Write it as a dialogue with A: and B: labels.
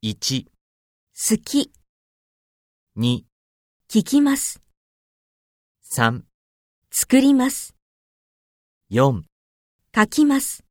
A: 1、
B: 好き、
A: 2、
B: 聞きます、
A: 3、
B: 作ります、
A: 4
B: 書きます。